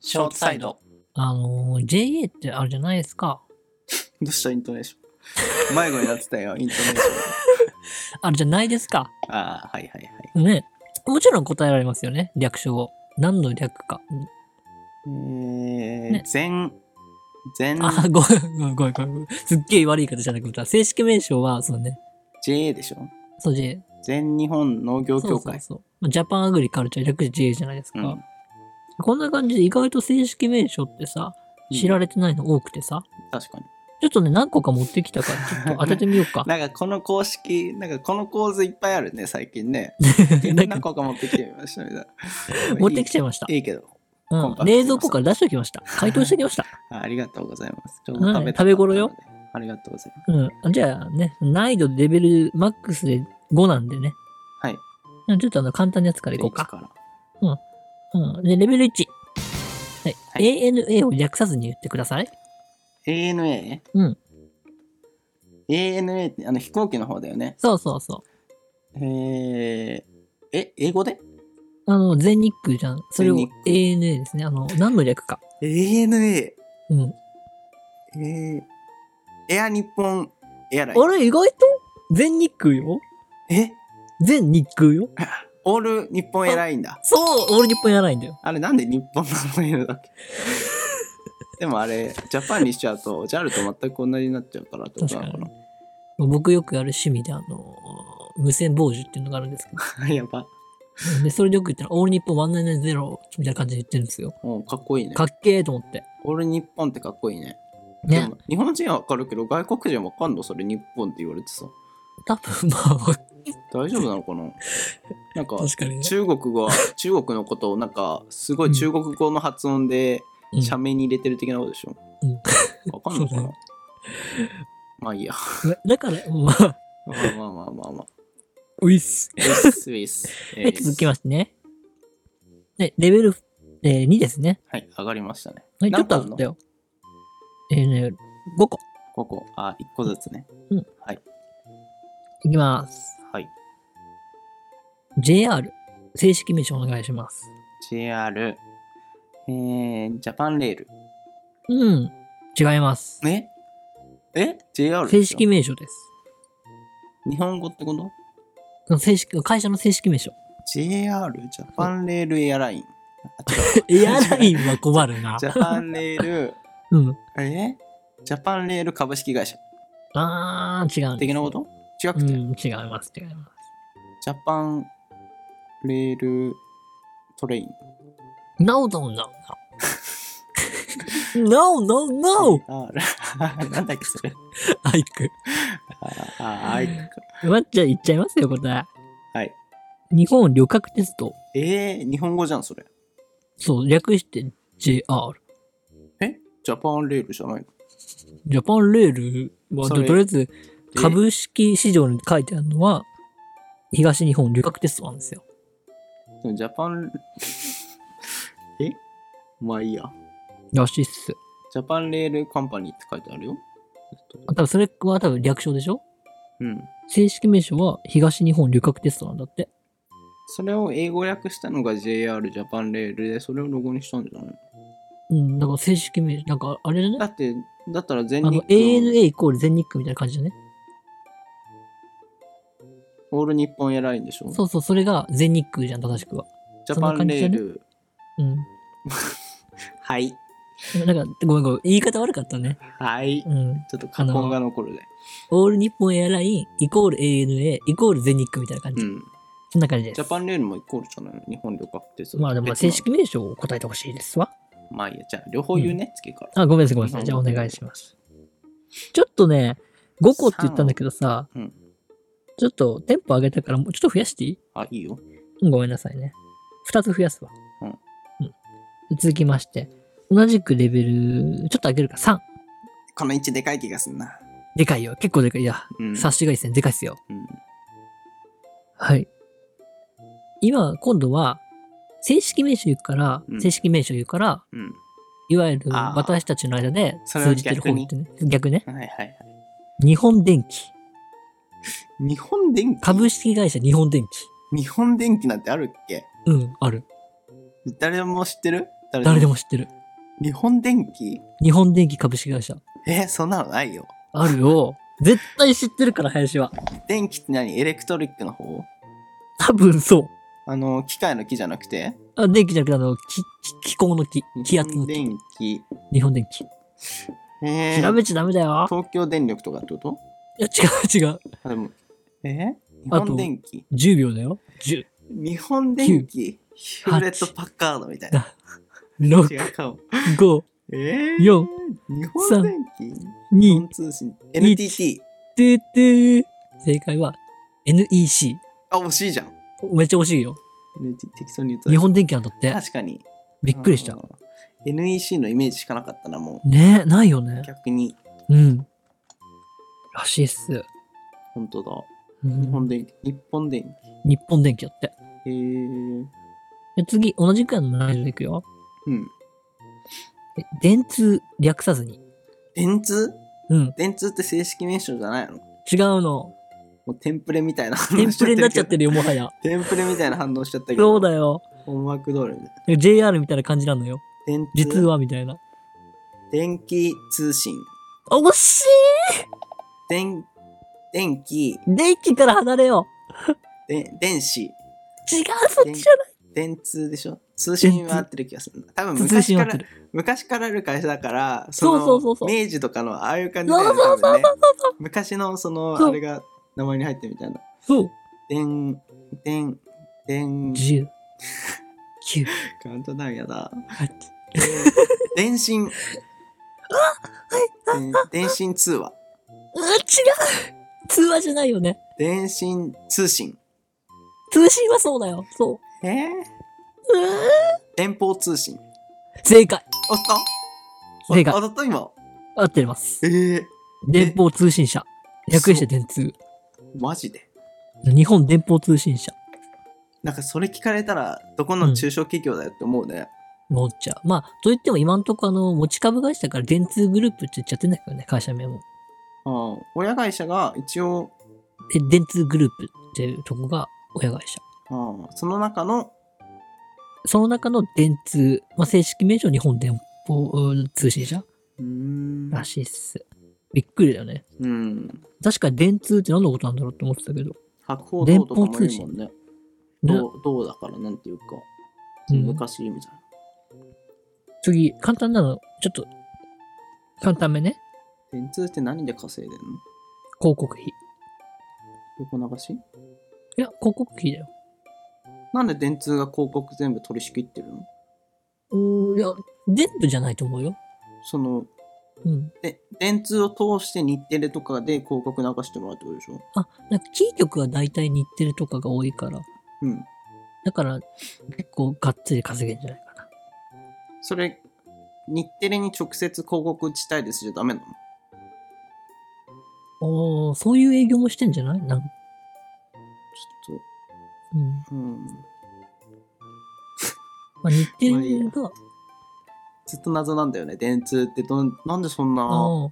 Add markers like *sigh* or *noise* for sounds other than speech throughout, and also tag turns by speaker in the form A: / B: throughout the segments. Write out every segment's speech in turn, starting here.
A: ショートサイド。
B: あのー、JA ってあるじゃないですか。
A: どうしたイントネーション。迷子になってたよ、イントネーション。
B: あるじゃないですか。
A: ああ、はいはいはい。
B: ね。もちろん答えられますよね。略称を。何の略か。
A: えー、
B: ね
A: 全、全
B: あ、ごめん、 *laughs* ごめん、ごめんごめん。すっげえ悪い言い方じゃなくて、正式名称は、そうね。
A: JA でしょ
B: そう、JA。
A: 全日本農業
B: そう
A: 協
B: そう
A: 会。
B: そうまあ。ジャパンアグリカルチャー略して JA じゃないですか。
A: うん
B: こんな感じで意外と正式名称ってさ、知られてないの多くてさ。
A: 確かに。
B: ちょっとね、何個か持ってきたから、
A: *laughs*
B: ちょっと当ててみようか。
A: なんかこの公式、なんかこの構図いっぱいあるね、最近ね。
B: *laughs* なん
A: 何
B: か
A: 個か持ってきてみましたみ *laughs* たいな。
B: 持ってき
A: て
B: ちゃいました。
A: いいけど。
B: う
A: コン
B: ん
A: パクト、に
B: 冷蔵庫から出しておきました。解凍しておきました。
A: あありがとうございます。ちょ
B: うん
A: たかったので
B: 食べ頃よ。
A: ありがとうございます。
B: うん。じゃあね、難易度レベルマックスで5なんでね。
A: はい。
B: うんちょっとあの簡単なやつからいこうか。
A: レイジ
B: うん。で、レベル1。はい。
A: はい
B: ANA を略さずに言ってください。
A: から ANA?
B: うん。
A: ANA ってあの飛行機の方だよね。
B: そうそうそ
A: えー、え、英語で
B: う。あの、全日空じゃん。それを
A: 全
B: ANA ですね。あの、何の略か。
A: ?ANA! え
B: うん。
A: ー、エア日本エアライン。
B: あれ、意外と全日空よ。
A: え
B: 全日空よ。
A: オール日本エアラインだ。
B: そう、俺日本やらないんだよ。
A: あれなんで日本の名前だ
B: *laughs*
A: っけでもあれ、ジャパンにしちゃうと JAL と全く同じになっちゃうからってことなのかな
B: 僕よくやる趣味で、あの、無線傍受っていうのがあるんですけ
A: やば。
B: ど。で、それでよく言ったら、オール日本1990みたいな感じで言ってるんですよ。
A: もうかっこいいね。
B: かっけーと思って。
A: オール日本ってかっこいいね。で
B: ね。
A: も日本人はわかるけど外国人はわかんのそれ日本って言われてさ。
B: 多分まあ、
A: 大丈夫なのかななんか
B: 確かにね。
A: 中国が中国のことをなんかすごい中国語の発音で
B: うん
A: 社名に入れてる的なことでしょ、
B: うん
A: わかんのかな、
B: そう
A: まあいいや。
B: だから、ま
A: ま
B: あ、
A: あまあまあまあ
B: *laughs*
A: まあ。
B: ういっす。
A: ウィスウィス。
B: はい、続きま
A: し
B: してね。で、レベル、えー、2ですね。
A: はい、上がりましたね。
B: はい、ち
A: 何
B: ょっと
A: 個あ
B: あ
A: る
B: っ
A: の
B: たよ。えーね、5個。
A: ここ。あ、1個ずつね。
B: いきます。
A: はい。
B: JR、正式名称お願いします。
A: JR。えー、ジャパンレール。
B: うん、違います。
A: ええ ?JR?
B: 正式名称です。
A: 日本語ってこと
B: 正式、会社の正式名称。
A: ?JR? ジャパンレールエアライン。あ違う
B: *laughs* エアラインは困るな
A: ジ。ャパンレール、
B: うん。
A: えジャパンレール株式会社
B: あー、違うんです
A: 的なこと違
B: う
A: くて、
B: ん、違います、違いま
A: ジャパンレールトレイン。
B: す。No, no, no, no. no, no, no!
A: JR *laughs* なんだっけそれ。
B: *laughs* アイク。
A: ああ、あいか。
B: まっちゃん言っちゃいますよ、答え。
A: はい。
B: 日本旅客鉄道。
A: えー、日本語じゃん、それ。
B: そう、略して JR。
A: えジャパンレールじゃないの
B: ジャパンレールは、
A: そ
B: と
A: れ
B: とりあえず
A: え
B: 株式市場に書いてあるのは、東日本旅客鉄道なんですよ。
A: でもジャパン、 *laughs* えまあいいや。
B: らしいっす。
A: ジャパンレールカンパニーって書いてあるよ。
B: 多分それは多分略称でしょ
A: うん。
B: 正式名称は東日本旅客鉄道なんだって。
A: それを英語訳したのが JR ジャパンレールで、それをロゴにしたんじゃないの
B: うん、だから正式名称、なんかあれだね。
A: だって、だったら全
B: あ
A: 日
B: の、
A: 空
B: ANA イコール全日空みたいな感じだね。
A: オール日本エアラインでしょ
B: そうそう、それが全日空じゃん、正しくは。
A: ジャパンレー
B: そ
A: ル。
B: うん。
A: はい。
B: なんか、ごめんごめん、言い方悪かったね。
A: はい。ち
B: うん。
A: ょっと過言が残るね。
B: オール日本エアライン、イコール ANA、イコール全日空みたいな感
A: う
B: じ。
A: ん。
B: そんな感じで
A: ジ
B: す。
A: ャパンレールもイコールじゃないの日本旅客鉄道。
B: まあでも、正。式名称を答えてほしいですわ。
A: まあいいや、じゃあ両方言うね、次から。
B: あ、ごめんなさい、ごめんなさい。じゃあ、お願いします。ちょっとね、5個って言ったんだけどさ、
A: うん。
B: ちょっとテンポ上げたから、もうちょっと増やしていい
A: あ、いいよ。
B: うんごめんなさいね。2つ増やすわ。
A: うん
B: うん続きまして、同じくレベル、ちょっと上げるか、3。
A: この位置でかい気がすんな。
B: でかいよ。結構でかい。いや、
A: うん。
B: 察しがいいですね。でかいっすよ。
A: うん
B: はい。今、今度は、正式名称言うから、
A: うん
B: 正式名称言うから、
A: うん。
B: いわゆる
A: あー
B: 私たちの間で
A: それを
B: 通じてる方ってね。逆ね。
A: はいはいはい。
B: 日本電機。
A: 日本電気
B: 株式会社日本電機。
A: 日本電気なんてあるっけ
B: うん、ある。
A: 誰も知ってる
B: 誰でも知ってる。
A: 日本電機
B: 日本電機株式会社。
A: え、そんなのないよ。
B: ある
A: *laughs*
B: よ。絶対知ってるから、林は。
A: 電気って何エレクトリックの方
B: 多分そう。
A: あの、機械の木じゃなくて
B: あ電気じゃなくて、あの、気、気気候の気、気圧
A: 日本
B: の気。
A: 電気。
B: 日本電気。
A: え
B: 調
A: ー、
B: べちゃダメだよ。
A: 東京電力とかってこと
B: いや、違う違う。
A: あ、でも、えー日
B: あと
A: 本電気
B: 10秒だよ。10、
A: *laughs* 日本電機ヒューレット・パッカードみたいな。
B: 6、
A: 違うかも。
B: 5、
A: えー、
B: 4、
A: 日本電機日
B: 2
A: 本、通信 ?NTT。
B: てて正解は NEC。
A: あ、惜しいじゃん。
B: めっちゃ惜しいよ。
A: NTT 適当に言うと。
B: 日本電機なんだって。
A: 確かに。
B: びっくりした
A: あ。ー。NEC のイメージしかなかったな、も
B: ねえ、ないよね
A: う。。逆に。
B: うん。らしいっす。
A: 本当だ。
B: うん
A: 日本電気。日本電
B: 日本電機だって。
A: 気。へえー。
B: で次、同じくらいの難易度でいくよ。
A: うん。
B: え電通略さずに。
A: 電通
B: うん。
A: 電通って正式名称じゃないのも
B: 違うの。
A: うテンプレみたいな反
B: テ
A: 応 *laughs*
B: ン
A: しち
B: プ
A: ゃって
B: レに
A: る
B: なっちゃって
A: る。
B: るよ、もはや。
A: テンプレみたいな反応しちゃったけど。
B: そうだよ。
A: 思惑通りだ。
B: JR みたいな感じなのよ。
A: 電通
B: 実は、みたいな。
A: 電気通信。
B: あ、惜し
A: 電、電気、
B: い電気から離れよ
A: で電子、
B: う。違う、そっちじゃない。
A: 電通でしょ通信は合ってる気がするな。多分
B: 通
A: 昔
B: 信合
A: から
B: って、る。
A: 昔からある会社だから、
B: そうそうそうそう
A: の明治とかのああいう感じだ
B: そ
A: よ
B: うそ
A: ね。多
B: うそう
A: 分ね
B: そうそうそう。
A: 昔のその、
B: そう
A: あれが名前に入ってるみたいな。
B: そう。
A: 電、電、電、
B: 10、9、
A: *laughs* カウントダウンやだ。
B: 8。
A: 電信。電電信通話。
B: うわ、違う通話じゃないよね。
A: 電信通信。
B: 通信はそうだよ。そ
A: えー、
B: う。うー
A: 電報通信。
B: 正解。
A: おっと
B: 正解
A: おっと今。
B: 合ってます。
A: えー、
B: 電報通信社。略して電通。
A: マジで。
B: 日本電報通信社。
A: なんかそれ聞かれたら、どこの中小企業だよって思うね。
B: 思っちゃう。まあ、と言っても今んとこあの、持ち株会社から電通グループって言っちゃってんだけどね、会社名も。
A: うん、親会社が一応、
B: え、電通グループっていうとこが親会社。
A: うん、その中の、
B: その中の電通、まあ、正式名称日本電報うん通信社
A: うーん
B: らしいっす。びっくりだよね。
A: うん。
B: 確かに電通って何のことなんだろうって思ってたけど。
A: 博報堂とかもいいもんね。
B: ね
A: どうどうだからなんていうか、
B: うん
A: 昔みたいな。
B: 次、簡単なの、ちょっと、簡単めね。
A: 電通って何で稼いでんの
B: 広告費。い
A: 横流し
B: や、広告費だよ。
A: なんで電通が広告全部取り仕切ってるの
B: うーん、いや、全部じゃないと思うよ。
A: その、
B: うん。
A: で、電通を通して日テレとかで広告流してもらうってことでしょ
B: あ、なんかキー局は大体日テレとかが多いから、
A: うん。
B: だから、結構がっつり稼げんじゃないかな。
A: それ、日テレに直接広告打ちたいですじゃダメなの
B: おー、そういう営業もしてんじゃないなん
A: ちょっ
B: うん。
A: と、うん。
B: まあ、日テ
A: まあいい
B: レ
A: や
B: が、
A: ずっと謎なんだよね。電通ってどん、なんでそんな
B: ああ、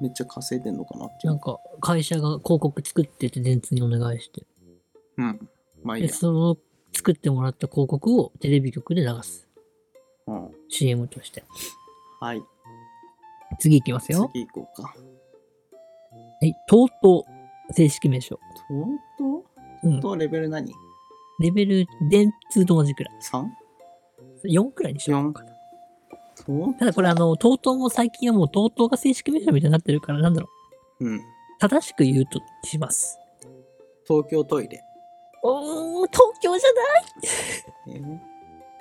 A: めっちゃ稼いでんのかなってい
B: なん
A: う。
B: か、会社が広告作ってて、電通にお願いして。
A: うん。まあいい
B: で、
A: や。
B: その、作ってもらった広告をテレビ局で流す。
A: うん。
B: CM として。
A: はい。
B: 次行きます
A: 次
B: よ
A: 行。こうか。
B: はい、とうとう、正式名称。
A: 本
B: うん
A: 当。とレベル何
B: レベル、電通と同じくらい。
A: ?3?4?
B: 4くらいにしようかな。
A: と
B: ただこれあの、とうとうも最近はもうとうとうが正式名称みたいになってるから、なんだろう。
A: うん。
B: 正しく言うとします。
A: 東京トイレ。
B: おー、東京じゃない
A: えー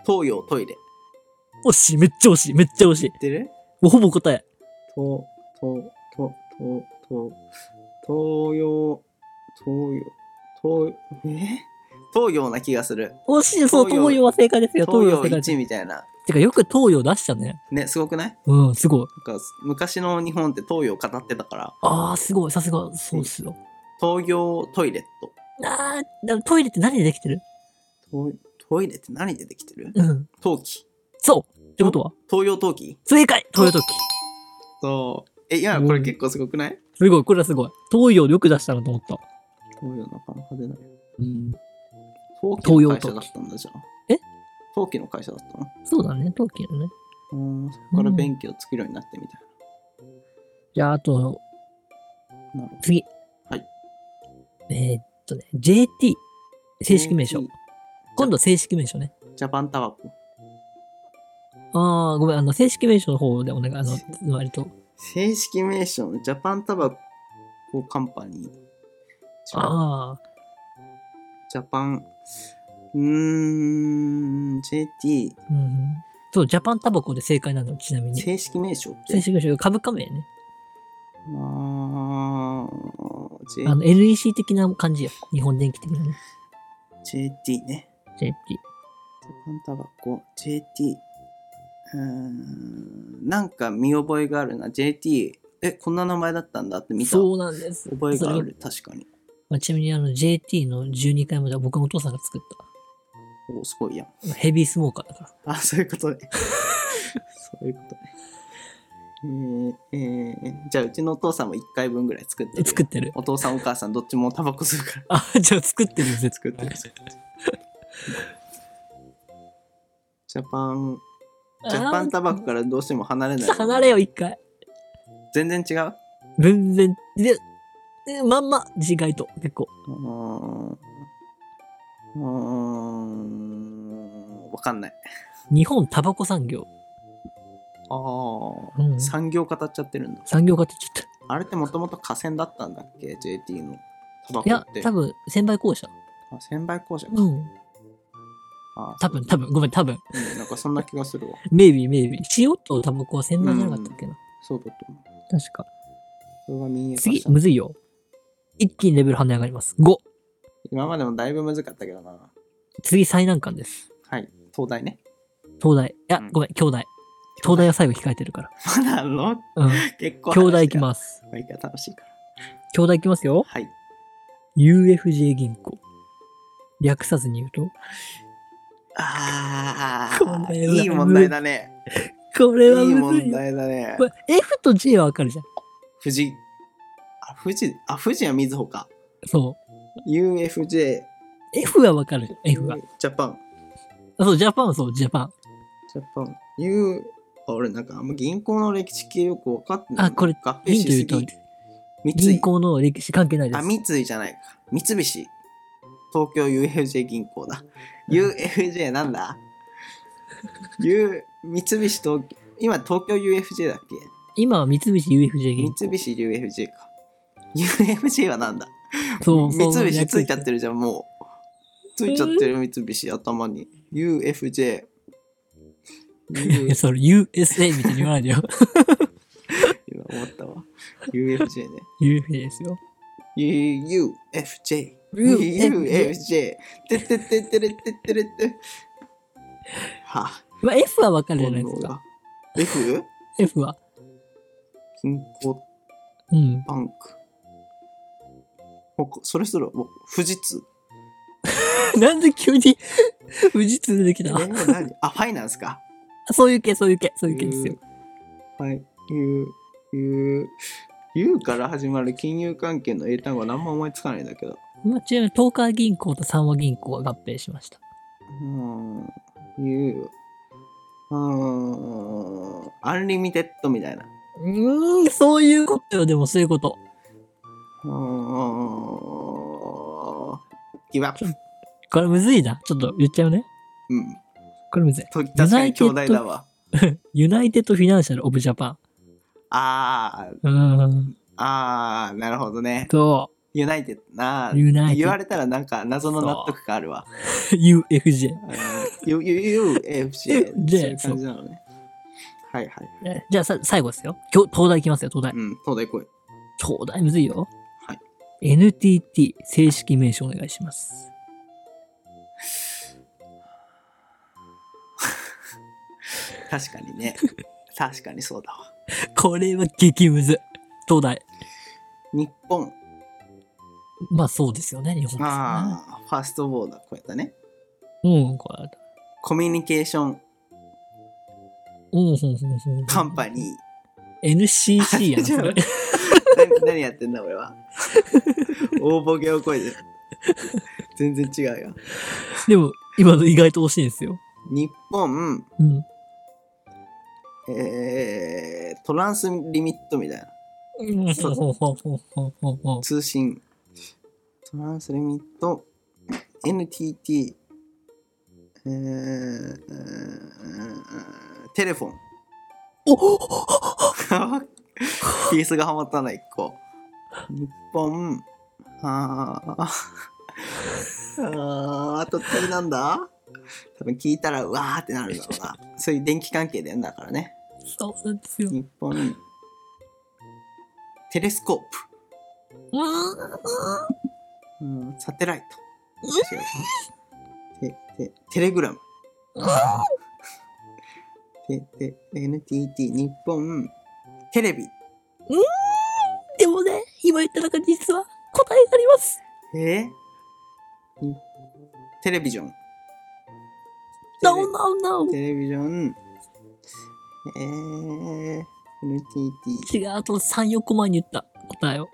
A: 東洋トイレ。
B: 惜しい、めっちゃ惜しい、めっちゃ惜しい。
A: 知ってる
B: もうほぼ答え。
A: と、と、と、と、と、東洋、東洋、東、え東洋な気がする。
B: 惜しい、そう、
A: 東洋
B: 東洋は正解ですよ。
A: 東
B: 東洋
A: 洋
B: は正解です。
A: 1みたいな。
B: てか、よく東洋出したね。
A: ね、すごくない
B: うん、すごい。
A: なんか昔の日本って東洋語ってたから、
B: あー、すごい、さすが、そうっすよ。
A: 東洋トイレット。
B: あー、だからトイレって何でできてる
A: トイトイレって何でできてる
B: うん。
A: 陶器。
B: そうってことは
A: 東洋陶器
B: 正解東洋時。
A: そう。え、いや、これ結構すごくない
B: すごい、これはすごい。東洋よく出したなと思った。
A: 東洋なかなか出ない。
B: うん。
A: 陶器の会社だったんだじゃん。
B: え
A: 陶器の会社だったの
B: そうだね、陶器のね。
A: うんそこから便器を作るようになってみたい
B: じゃあ、あと、
A: な。なるほど。
B: 次。
A: はい。
B: えーっとね、JT。正式名称。今度正式名称ね。
A: ジャパンタバコ。
B: ああ、ごめん、あの、正式名称の方でお願い、あの、割と。
A: 正式名称、ジャパンタバコカンパニー。違う
B: ああ、
A: ジャパン、うーん、JT、
B: うん。そう、ジャパンタバコで正解なの、ちなみに。
A: 正式名称って
B: 正。式名称、株価名ね。
A: あー
B: あの、NEC 的な感じよ。日本電機的なね。
A: J- JT ね。ジャ
B: JT。
A: パンタバコ、JT。うーん、なんか見覚えがあるな。JT、え、こんな名前だったんだって見た。
B: そうなんです。
A: 覚えがあ
B: それ
A: る、確かに。
B: まあ、ちなみにあの JT の12回までは僕のお父さんが作っ
A: おすごいやん。
B: た。まあヘビースモーカーだから。
A: あ、そういうことね。そういうことね。えーえーじゃあうちのお父さんも1回分ぐらい作ってるよ
B: 作ってる。
A: お父さんお母さんどっちもタバコ吸うから
B: あ、じゃあ作ってるぜ。
A: 作
B: *laughs*
A: ってるジャパンジャパンタバコからどうしても離れない
B: あー離れよ、一回。
A: 全然違う
B: 全然。で、でまんま、次回と、結構。
A: うーんうーんわかんない
B: 日本タバコ産業。
A: あ
B: う
A: ー
B: ん、
A: 産業語っちゃってるんだ
B: 産業化って言っちゃっ
A: あれってもともと河川だったんだっけ JT のタバコ
B: た。いや
A: っ、て
B: 多分、専売公社。
A: あ専売公社か、
B: うん。
A: あー
B: 多分、多分、ごめん、多分。
A: うんなんかそんな気がす
B: *laughs*
A: るわ
B: メイビー、メイビー。塩とタバコは専売じゃなかったっけな。
A: そうだと思う
B: 確か。
A: それが民営化し
B: 次、
A: た
B: むずいよ。一気にレベル跳ね上がります。5。
A: 今までもだいぶ難かったけどな
B: 次、最難関です。
A: はい東大
B: *laughs*
A: ね
B: 東大。いや、
A: うん
B: ごめん、兄弟。東大は最後控えてるから。
A: まだあんの *laughs*
B: うん。
A: 結構。
B: 兄弟いきますす。
A: まあいいか楽しいから。
B: 兄弟いきますよ。
A: はい。
B: UFJ 銀行。略さずに言うと。
A: あ
B: こ
A: あ、
B: れはい
A: い問題だね。
B: こ
A: いい
B: れはむず
A: 問
B: いよ。
A: 題だね
B: こ。れ F と J はわかるじゃん。
A: 富士、あ、富士、あ、富士はみずほか。
B: そ
A: UFJ、
B: う。F はわかるじゃん。F が。
A: ジャパン、
B: あそう、ジャパンはそう、ジャパン。
A: ジャパン、U、あ、俺なんかあんま銀行の歴史系よく分かってない。
B: あこれ
A: 合併
B: ヒン
A: し
B: ト
A: す
B: 言うと
A: ぎ。、三井
B: 銀。行の歴史関係ないで
A: あ、
B: す。
A: 三井じゃないか。三菱。東京 UFJ 銀行だ。UFJ なん
B: *laughs*
A: だ ?U、三菱東、今東京 UFJ だっけ
B: 今は三菱 UFJ 銀行。
A: 三菱 UFJ か。UFJ はなんだ
B: そう、そう。
A: 三菱
B: 略
A: ついちゃってるじゃん、もう。ついちゃってる三菱頭に。UFJ。
B: *laughs* いやいや、それ USA みたいに言わないでよ。 *laughs*
A: 今思ったわ。UFJ ね。
B: UFJ ですよ。
A: U- UFJ。
B: U-
A: UFJ。てってってってれってってれって。はあ、
B: まあ、F はわかるじゃ
A: 煩
B: ないです
A: 悩
B: か
A: が。。F?
B: F は。
A: 銀行
B: うん。
A: バンク。ほかそれすら、お富士通。
B: なんで急に *laughs* 富士通出てきた
A: えー
B: *laughs*
A: 何あ、ファイナンスか。
B: そういう系、そういう系、そういう系ですよ。
A: はい。ゆう、ゆう、ゆうから始まる金融関係の英単語は何も思いつかないんだけど。
B: まあ、ちなみに、東海銀行と三和銀行は合併しました。
A: うーん、ゆう、うーん、アンリミテッドみたいな。
B: うーん、そういうことよ、でもそういうこと。
A: うーん、ギブアップ。
B: これむずいな。ちょっと言っちゃうね。
A: うん。
B: これむずい。
A: と確かに兄弟だわ。
B: ユナイテッドフィナンシャル・オブ・ジャパ
A: あー、
B: ン。うーん。
A: あー、なるほどね。
B: と、
A: ユナイテッドな。
B: ユナイテ
A: 言
B: ッ
A: われたらなんか謎の納得感ある
B: *laughs*
A: わ。
B: ド・ UFJ。
A: U U F J そういう感じなのね。はいはい。
B: えじゃあさ、最後ですよ。今日、東大行きますよ、東大。
A: うん、東大来い。
B: 東大むずいよ。
A: はい。
B: NTT、正式名称お願いします。
A: 確かにね。確かにそうだわ。
B: これは激むずい。東大。
A: 日本、
B: まあそうですよね、日本ですよね。
A: ああ、ファーストボーダーこうやったね。
B: うん、これ。
A: コミュニケーション
B: うん、うん、うん、うん。
A: カンパニー。
B: NCC やな、
A: 違
B: そう
A: *laughs*
B: れ。
A: 何何やってんだ俺は。大ボケを超えてる。全然違うよ。
B: でも、今の意外と惜しいんですよ。
A: 日本、
B: うん。
A: えー、トランスリミットみたいな。そう
B: ほうほうほうほうほうほう
A: 通信。トランスリミット、NTT、えーえーテレフォン。 *laughs* ピースがはまったな、一個。日本、あーあー、あと次なんだ多分聞いたら、うわーってなるだろうな。そういう電気関係でやんだからね。
B: そうなんですよ。
A: 日本、テレスコープ。うん、サテライト。違う。ててテレグラム。てて NTT 日本テレビ。
B: でもね、今言った中に実は答えがあります。
A: えーにテレビジョン。
B: なおなおなお。
A: テレビジョン。えー、NTT
B: 違う、あと3、4個前に言った答えを。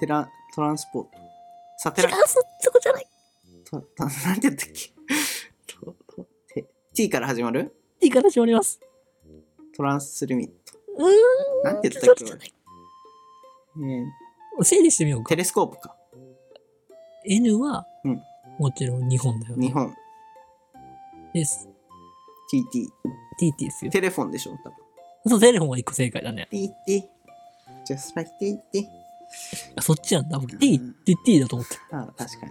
A: テラトランスポート。サテ
B: 違
A: ラ
B: う
A: イ、
B: そ、そこじゃない。
A: ト。たなんて言ったっけととて ?t から始まる
B: いいから終わります。
A: トランスリミット。
B: うーん。
A: なんて言ったっけ
B: そこじゃない
A: えー
B: 整理してみようか
A: テ。レスコープか。
B: N は、
A: うん
B: もちろん日本だよ。
A: 日本。
B: です。
A: TT。
B: TT ですよ。
A: テレフォンでしょ多分。
B: そう、テレフォンは1個正解だね。
A: TT。just like TT。
B: あそっちなんだ。僕
A: うん
B: T って T だと思って。
A: ああ、確か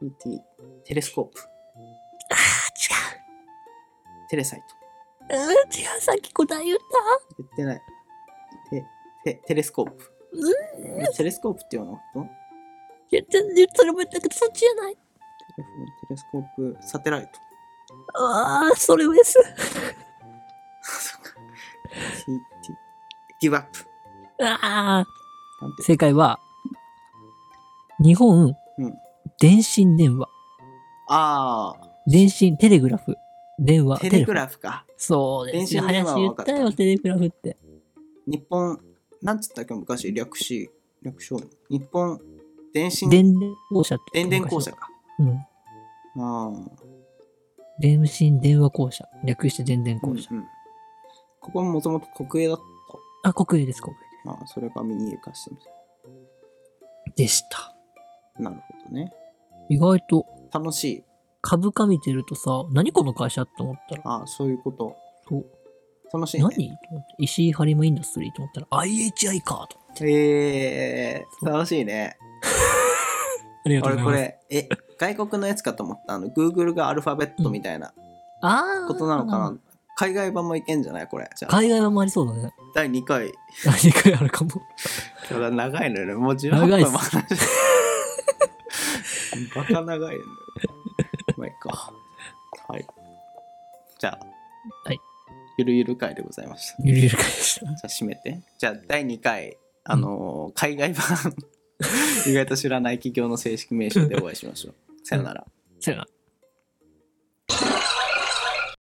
A: に。TT。テレスコープ。
B: ああ、
A: テレサイト。
B: 違う。うーん、違う。さっき答え言っ
A: 言ってない。テテテレスコープ。テレスコープっていうのこと
B: た。言って、言ったらも言ったけど、そっちじゃない。
A: テレフォン、テレスコープ、サテライト。
B: ああ、それです。
A: そうか TT。ギブアップ。
B: ああ。
A: なんて。
B: 正解は、日本、
A: うん
B: 電信電話。
A: あ
B: 電信、テレグラフ。電
A: あ、
B: 話、
A: テレグ
B: フォン
A: ラフか。
B: そうですよ。
A: 電信電
B: 話
A: 話は
B: 言
A: 分
B: っ
A: かった
B: たよ、テレグラフって。
A: 日本、なんつったっけ昔、略し、略称。日本、電信、電
B: 電電公社って。
A: 電公社。か。
B: うん。
A: ああ。
B: 電信電話公社。略して電電
A: う
B: 公
A: ん
B: 社。
A: うんここももともと国営だっ
B: あ、国営です、国営
A: た。ああそれがミニ化してみた
B: でした。
A: いなるほどね。
B: 意外と、
A: 楽しい。
B: 株価見てるとさ、何この会社って思ったら、
A: ああ、そういうこと。
B: そう、
A: 楽しい、
B: 何
A: ね。
B: と思って、石井ハリムインダストリーと思ったら、IHI かと。
A: えー、楽しいね。
B: ありがとうござ
A: 俺
B: い
A: こ
B: ます。
A: れ、え、外国のやつかと思った。あの、Google がアルファベットみたいな
B: ああ。
A: ことなのかな。海外版もいけんじゃないこれ。じゃあ、
B: 海外版もありそうだね。 *laughs*
A: 第2回。
B: 何回あるかも。
A: だから長いのよね。もう18
B: 長い
A: 分
B: っす
A: も話して。バカ長いのよ。まあ、いっか。はい。じゃあ、
B: はい。
A: ゆるゆる回でございました。
B: ゆるゆる感じで *laughs* した。
A: じゃあ締めて。じゃあ第2回、あのー海外 *laughs* 版、意外と知らない企業の正式名称でお会いしましょう。さよなら。
B: さよなら。